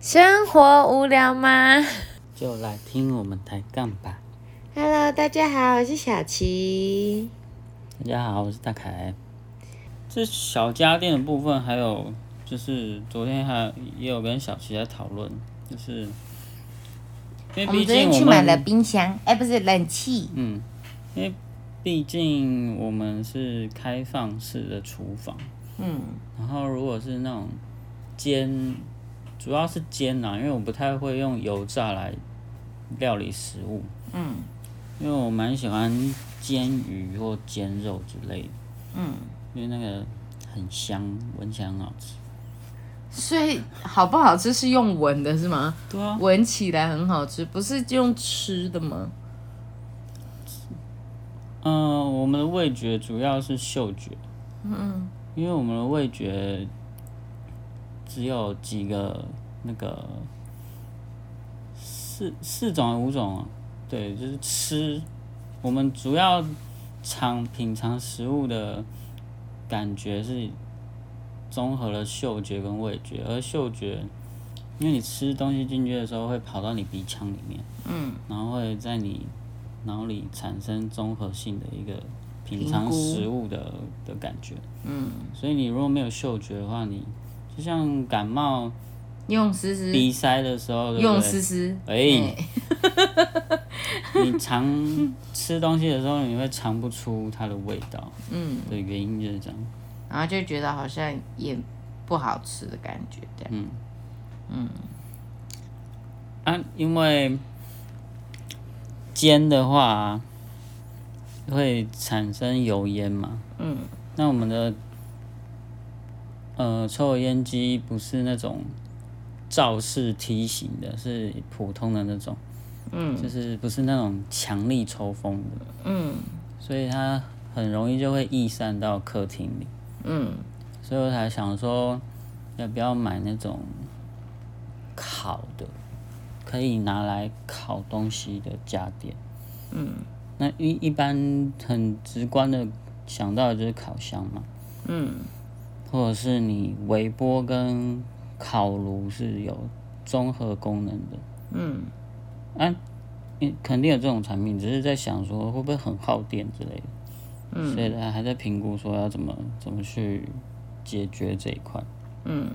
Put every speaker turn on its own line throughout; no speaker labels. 生活无聊吗
就来听我们抬杠吧。
？Hello，大家好，我是小琪。
大家好，我是大凯。这小家电的部分，还有就是昨天还有也有跟小齐在讨论，就是因为
哎
我
毕
们昨
竟
天
我
去买
们
了冰箱，哎，不是冷气。
嗯，因为毕竟我们是开放式的厨房，
嗯，
然后如果是那种煎，主要是煎啊啦、因为我不太会用油炸来料理食物。
嗯。
因为我蛮喜欢煎鱼或煎肉之类的。嗯。因为那个很香，闻起来很好吃。
所以好不好吃是用闻的，是吗？
对啊，
闻起来很好吃，不是用吃的吗？
嗯、我们的味觉主要是嗅觉。嗯。因为我们的味觉只有几个那个四四种还是五种、啊，对，就是吃。我们主要尝品尝食物的感觉是综合了嗅觉跟味觉，而嗅觉，因为你吃东西进去的时候会跑到你鼻腔里面，嗯，然后会在你脑里产生综合性的一个品尝
评估
食物的的感觉，嗯，所以你如果没有嗅觉的话，你就像感冒
用思思，
鼻塞的时候，对不对
用思思，
哎、 你尝吃东西的时候，你会尝不出它的味道。嗯，的原因就是这样。
然后就觉得好像也不好吃的感觉，这样。
啊，因为煎的话、会产生油烟嘛。嗯。那我们的呃抽油烟机不是那种罩式梯形的，是普通的那种。嗯。就是不是那种强力抽风的。嗯。所以它很容易就会溢散到客厅里。嗯。所以我才想说，要不要买那种烤的？可以拿来烤东西的家电。嗯，那一一般很直观的想到的就是烤箱嘛。嗯，或者是你微波跟烤炉是有综合功能的。嗯，啊，你肯定有这种产品，只是在想说会不会很耗电之类的。嗯，所以呢，还在评估说要怎么怎么去解决这一块。
嗯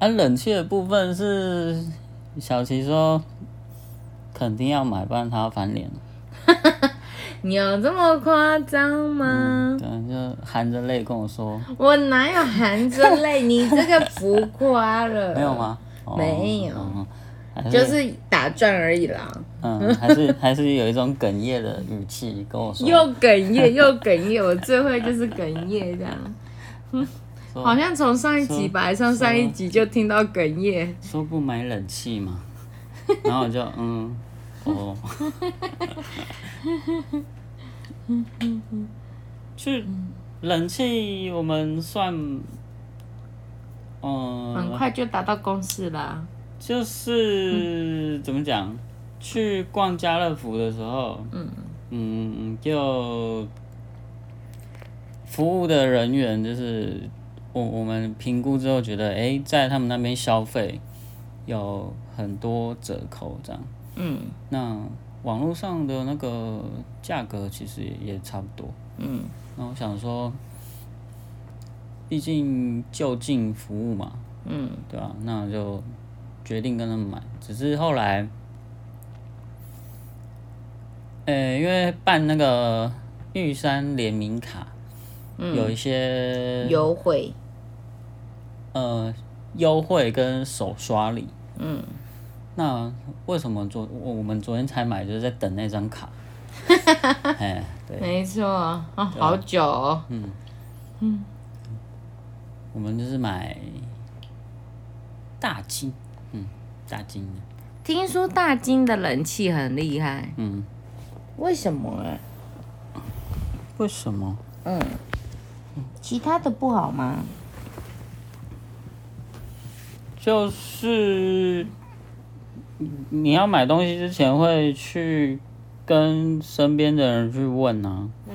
啊，冷气的部分是小齐说肯定要买，不然他要翻脸了。
你有这么夸张吗？
对，就含着泪跟我说，
我哪有含着泪？你这个浮夸了。
没有？吗？哦
没有
嗯还
就是是打转而已啦，
嗯，还是 还是有一种哽咽的语气跟我说，
又哽咽又哽咽，我最会就是哽咽这样。
说
好像从上一集
说
吧，还上上一集就听到哽咽。
说不买冷气嘛， 然后我就嗯，哦， 去冷气我们算，嗯，
很快就达到公式啦。
就是、怎么讲，去逛家乐福的时候，嗯嗯，就服务的人员就是我我们评估之后觉得，哎、在他们那边消费有很多折扣这样，
嗯
那网络上的那个价格其实也也差不多，
嗯。
那我想说，毕竟就近服务嘛，
嗯
对啊，那我就决定跟他们买。只是后来，呃、因为办那个玉山联名卡，有一些
优惠，
呃优惠跟手刷礼。嗯，那为什么昨我我们昨天才买，就是在等那张卡。哎，对，嗯
没错啊，好久、哦，
我们就是买大金，嗯，大金的，
听说大金的冷气很厉害，
嗯，
为什么啊？嗯
为什么？
其他的不好吗？
就是嗯你要买东西之前会去跟身边的人去问啊，嗯，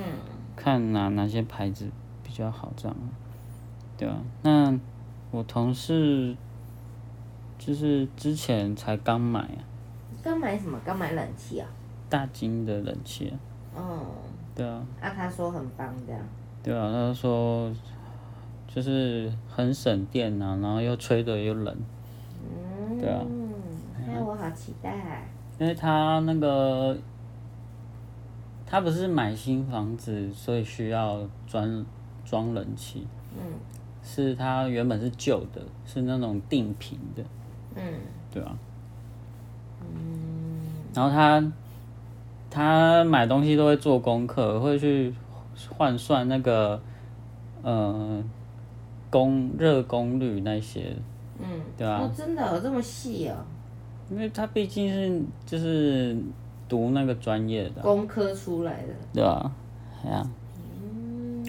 看哪哪些牌子比较好这样，对吧、那我同事就是之前才刚买啊
刚买什么？刚买冷气啊？
大金的冷气、啊，
嗯，
对啊，
啊，他说很棒这样。
对啊，他说就是很省电啊，然后又吹的又冷，
嗯，
对啊，
那我好期待、啊。
因为他那个他不是买新房子，所以需要装装冷气，
嗯
是他原本是旧的，是那种定频的，
嗯
对啊，
嗯，
然后他他买东西都会做功课，会去换算那个呃功热功率那些，
嗯，
对啊
哦，真的、哦、这么细哦，
因为他毕竟是就是读那个专业的啊，
工科出来的。嗯
对吧、哎呀、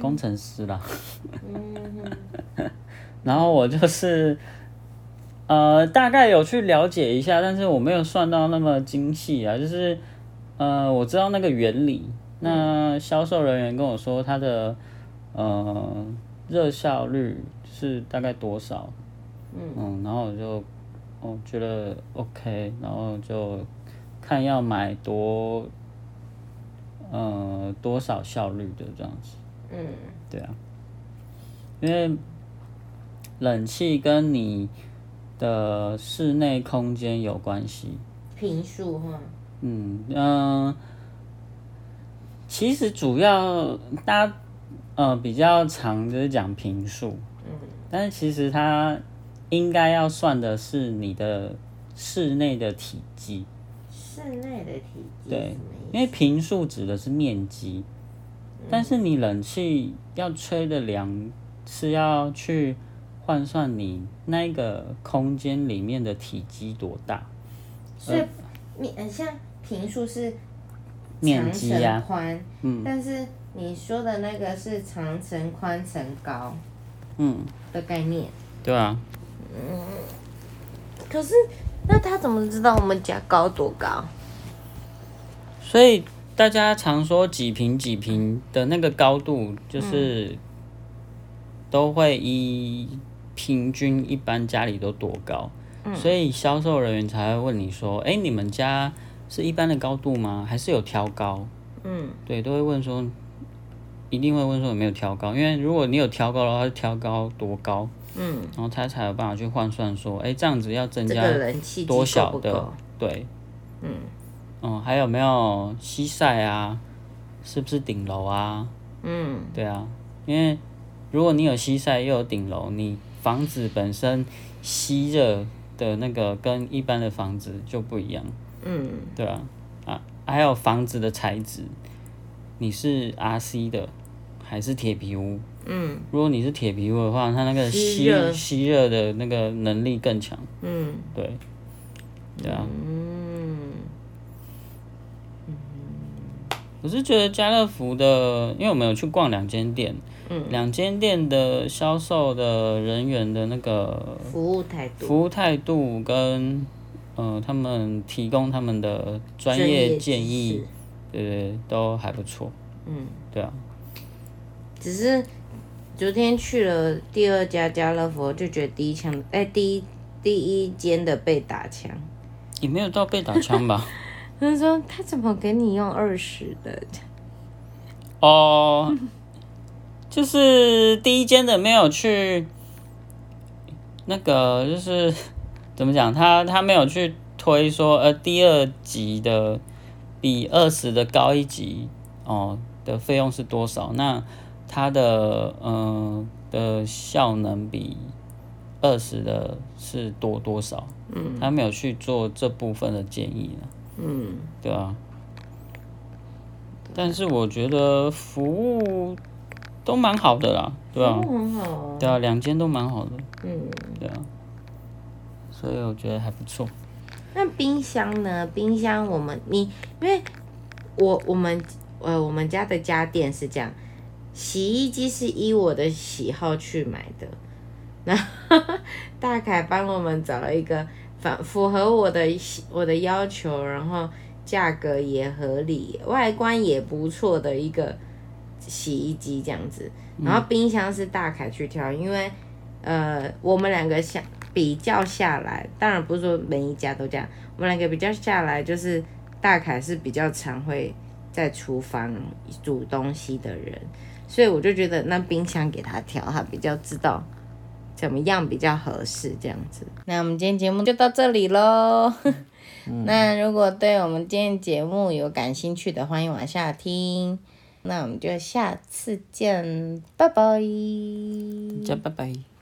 工程师啦。然后我就是呃大概有去了解一下，但是我没有算到那么精细啊，就是呃我知道那个原理。那销售人员跟我说它的呃热效率是大概多少，嗯，然后我就哦觉得 OK，然后就看要买多呃多少效率的这样子，
嗯
对啊，因为冷气跟你的室内空间有关系，
平数哈，
嗯嗯、呃其实主要大家呃比较常就是讲平数，
嗯
但是其实它应该要算的是你的室内的体积，
室内的体积
对
什么意思
因为平数指的是面积，但是你冷气要吹的凉是要去换算你那个空间里面的体积多大，
所
呃
以你很像平数是
面积
长
呀、
乘宽，
嗯
但是你说的那个是长乘宽乘高
嗯，
的概念。
对啊，
可是那他怎么知道我们家高多高？
所以大家常说几平几平的那个高度，
嗯
就是都会依平均一般家里都多高，
嗯
所以销售人员才会问你说：“哎、你们家是一般的高度吗？还是有挑高？”
嗯，
对，都会问说，一定会问说有没有挑高，因为如果你有挑高的话，就挑高多高，
嗯，
然后他才有办法去换算说，哎、这样子要增
这
加
个人气机
多
够
小
不
的，
够？
对，嗯，哦、还有没有西晒啊？是不是顶楼啊？
嗯
对啊，因为如果你有西晒又有顶楼，你房子本身吸热的那个跟一般的房子就不一样，
嗯
对啊，啊，还有房子的材质，你是 RC 的还是铁皮屋？
嗯
如果你是铁皮屋的话，它那个
吸
吸
热
吸热的那个能力更强，
嗯
对，对啊。
嗯，
我是觉得家乐福的，因为我们有去逛两间店，
嗯
两间店的销售的人员的那个
服务态度。
服务态度跟，呃，他们提供他们的
专
专
业
业
知
建议
识，
对对对都还不错，
嗯，
对啊，
只是昨天去了第二家家乐福，就觉得第一枪，哎、第一第一间的被打枪。
也没有到被打枪吧？
他说他怎么给你用二十的？
哦， 就是第一间的没有去，那个就是 怎么讲，他他没有去推说呃第二级的比二十的高一级哦的费用是多少？那它的嗯、呃、的效能比二十的是多多少？嗯，他没有去做这部分的建议呢。
嗯，
对啊。但是我觉得服务都蛮好的啦，对啊，
哦很好啊。
对啊，两间都蛮好的，
嗯，
对啊，所以我觉得还不错。
那冰箱呢？冰箱我们你因为我我们呃我们家的家电是这样，洗衣机是依我的喜好去买的， 然后大凯帮我们找了一个反符合我的喜我的要求，然后价格也合理，外观也不错的一个洗衣机这样子。然后冰箱是大凯去挑，因为呃，我们两个相比较下来，当然不是说每一家都这样，我们两个比较下来，就是大凯是比较常会在厨房煮东西的人，所以我就觉得那冰箱给他调，他比较知道怎么样比较合适这样子。那我们今天节目就到这里喽。那 如果对我们今天节目有感兴趣的，欢迎往下听。那我们就下次见，拜拜。
大家拜拜。